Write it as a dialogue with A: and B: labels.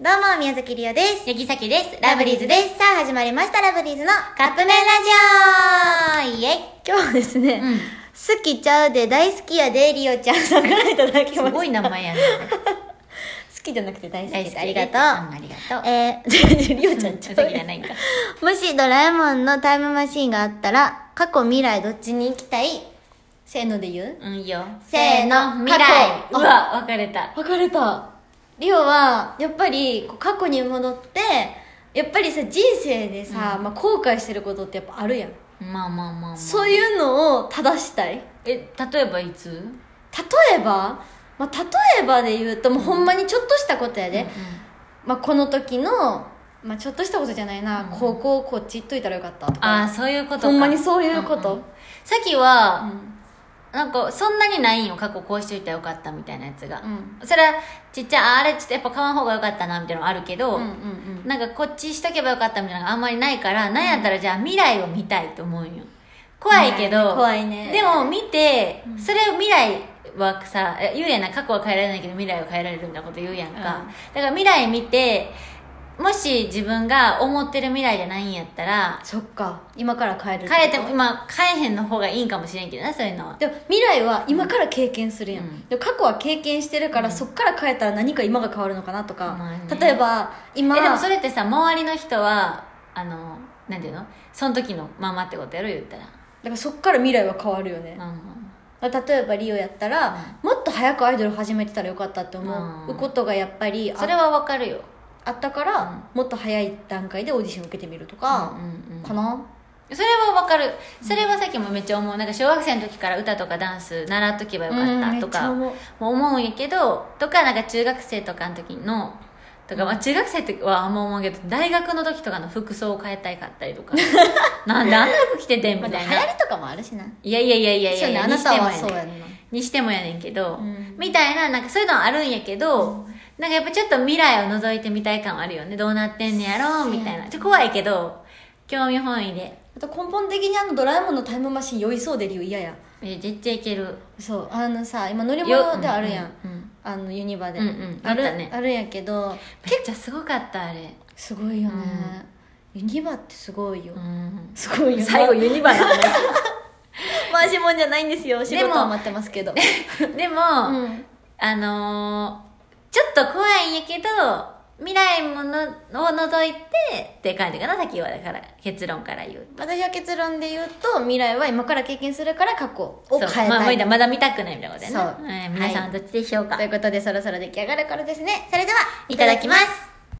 A: どうも、宮崎りおです。
B: 八木崎です。
A: ラブリーズです。さあ、始まりました、ラブリーズの
B: カップ麺ラジオイエイ
A: 今日はですね、
B: うん
A: 好きちゃうで大好きやで、りおちゃんさんからいただきました。
B: すごい名前やね。
A: 好きじゃなくて大好きで
B: 大好き
A: す。ありがと
B: んあり
A: う。
B: がとう。
A: えー、りおちゃんち
B: ち
A: ゃ
B: ょ
A: う
B: っ
A: ね
B: とじゃないんか。
A: もしドラえもんのタイムマシーンがあったら、過去未来どっちに行きたいせーので言う
B: うん、いいよ。
A: せーの
B: 未
A: 過
B: 来
A: 去
B: うわ、別れた。
A: 分かれた。リオは、やっぱり、こう過去に戻って、やっぱりさ、人生でさ、まあ、後悔してることってやっぱあるやん。
B: まあまあまあまあ。
A: そういうのを正したい。
B: え、例えばいつ
A: 例えば、まあ、例えばで言うと、もうほんまにちょっとしたことやで。まあ、この時の、まあ、ちょっとしたことじゃないな、
B: うん
A: 高校こっち行っといたらよかったと
B: ああ、
A: か。
B: そういうことか。
A: ほんまにそういうこ
B: んん
A: と。
B: さっき
A: う
B: は、
A: ん。
B: なんか、そんなにないんよ。過去こうしといたらよかったみたいなやつが
A: う。ん。
B: それは、ちっちゃい、ああれちょっとやっぱ買わん方がよかったな、みたいなのあるけ
A: う
B: ど
A: んう、ん
B: なんかこっちしとけばよかったみたいなのがあんまりないから、なんやったらじゃあ未来を見たいと思うんよ。怖いけど、
A: 怖いね。
B: で、も見て、それを未来はさえ言うやんな過去は変えられないけど未来は変えられるみたいなこと言うやんか、
A: うん
B: だから未来見てもし自分が思ってる未来じゃないんやったら
A: そっか。今から帰る。
B: 変えても。今変えへんの方がいいんかもしれんけどなそういうのは
A: でも未来は今から経験するやん、
B: うん
A: でも過去は経験してるから、そっから変えたら何か今が変わるのかなとか、
B: まあね
A: 例えば今
B: えでもそれってさ周りの人はあのなんていうのその時のままってことやろ言ったら、
A: だからそっから未来は変わるよね
B: う、ん
A: だから例えばリオやったら、もっと早くアイドル始めてたらよかったって思う
B: うん
A: ことがやっぱりあ
B: それはわかるよ
A: あったから、もっと早い段階でオーディション受けてみると
B: うん
A: か、
B: うんうん
A: かな
B: それはわかるそれはさっきもめっちゃ思うなんか小学生の時から歌とかダンス習っとけばよかったとか、
A: うんめっちゃ思う
B: もう思うんやけどとかなんか中学生とかの時のとか、まあ、中学生ってはあんま思うけど大学の時とかの服装を変えたいかった りとかなんであんな服着ててん
A: まあ、
B: み
A: で
B: た
A: も
B: い
A: 流
B: な
A: 行りとかもあるしない
B: やいやいやいやい
A: そ
B: や
A: う
B: い
A: ね
B: や
A: あ
B: に
A: な
B: したても
A: は
B: やね
A: そ
B: ん
A: うやんな
B: にしてもやねんけど、
A: うん
B: みたいななんかそういうのはあるんやけど、なんかやっぱちょっと未来を覗いてみたい感はあるよねどうなってんねやろみたいなちょっと怖いけど興味本位で
A: あと根本的にあのドラえもんのタイムマシン酔いそうで理由嫌や
B: え絶対いける
A: そうあのさ今乗り物であるやん、
B: ううん
A: あのユニバで、
B: うんうん
A: ある
B: あったね
A: あるんやけど
B: めっちゃすごかったあれ、
A: すごいよね、ユニバってすごいよ、
B: うん、
A: すごいよね
B: 最後ユニバなん だ
A: 回しもんじゃないんですよ仕
B: で
A: 事
B: も
A: は待ってますけど
B: でも、
A: うん
B: あのーちょっと怖いんやけど、未来ものを覗いてって感じかな、さっきはだから、結論から言う。
A: 私は結論で言うと未来は今から経験するから過去を
B: そう
A: 変えたい、
B: まあまだまだ見たくないみたいなことやな。
A: そう
B: はい皆さんどっちでしょうか、
A: ということでそろそろ出来上がる頃ですねそれではいい
B: た
A: た
B: だ
A: だ
B: き
A: き
B: ま
A: ますす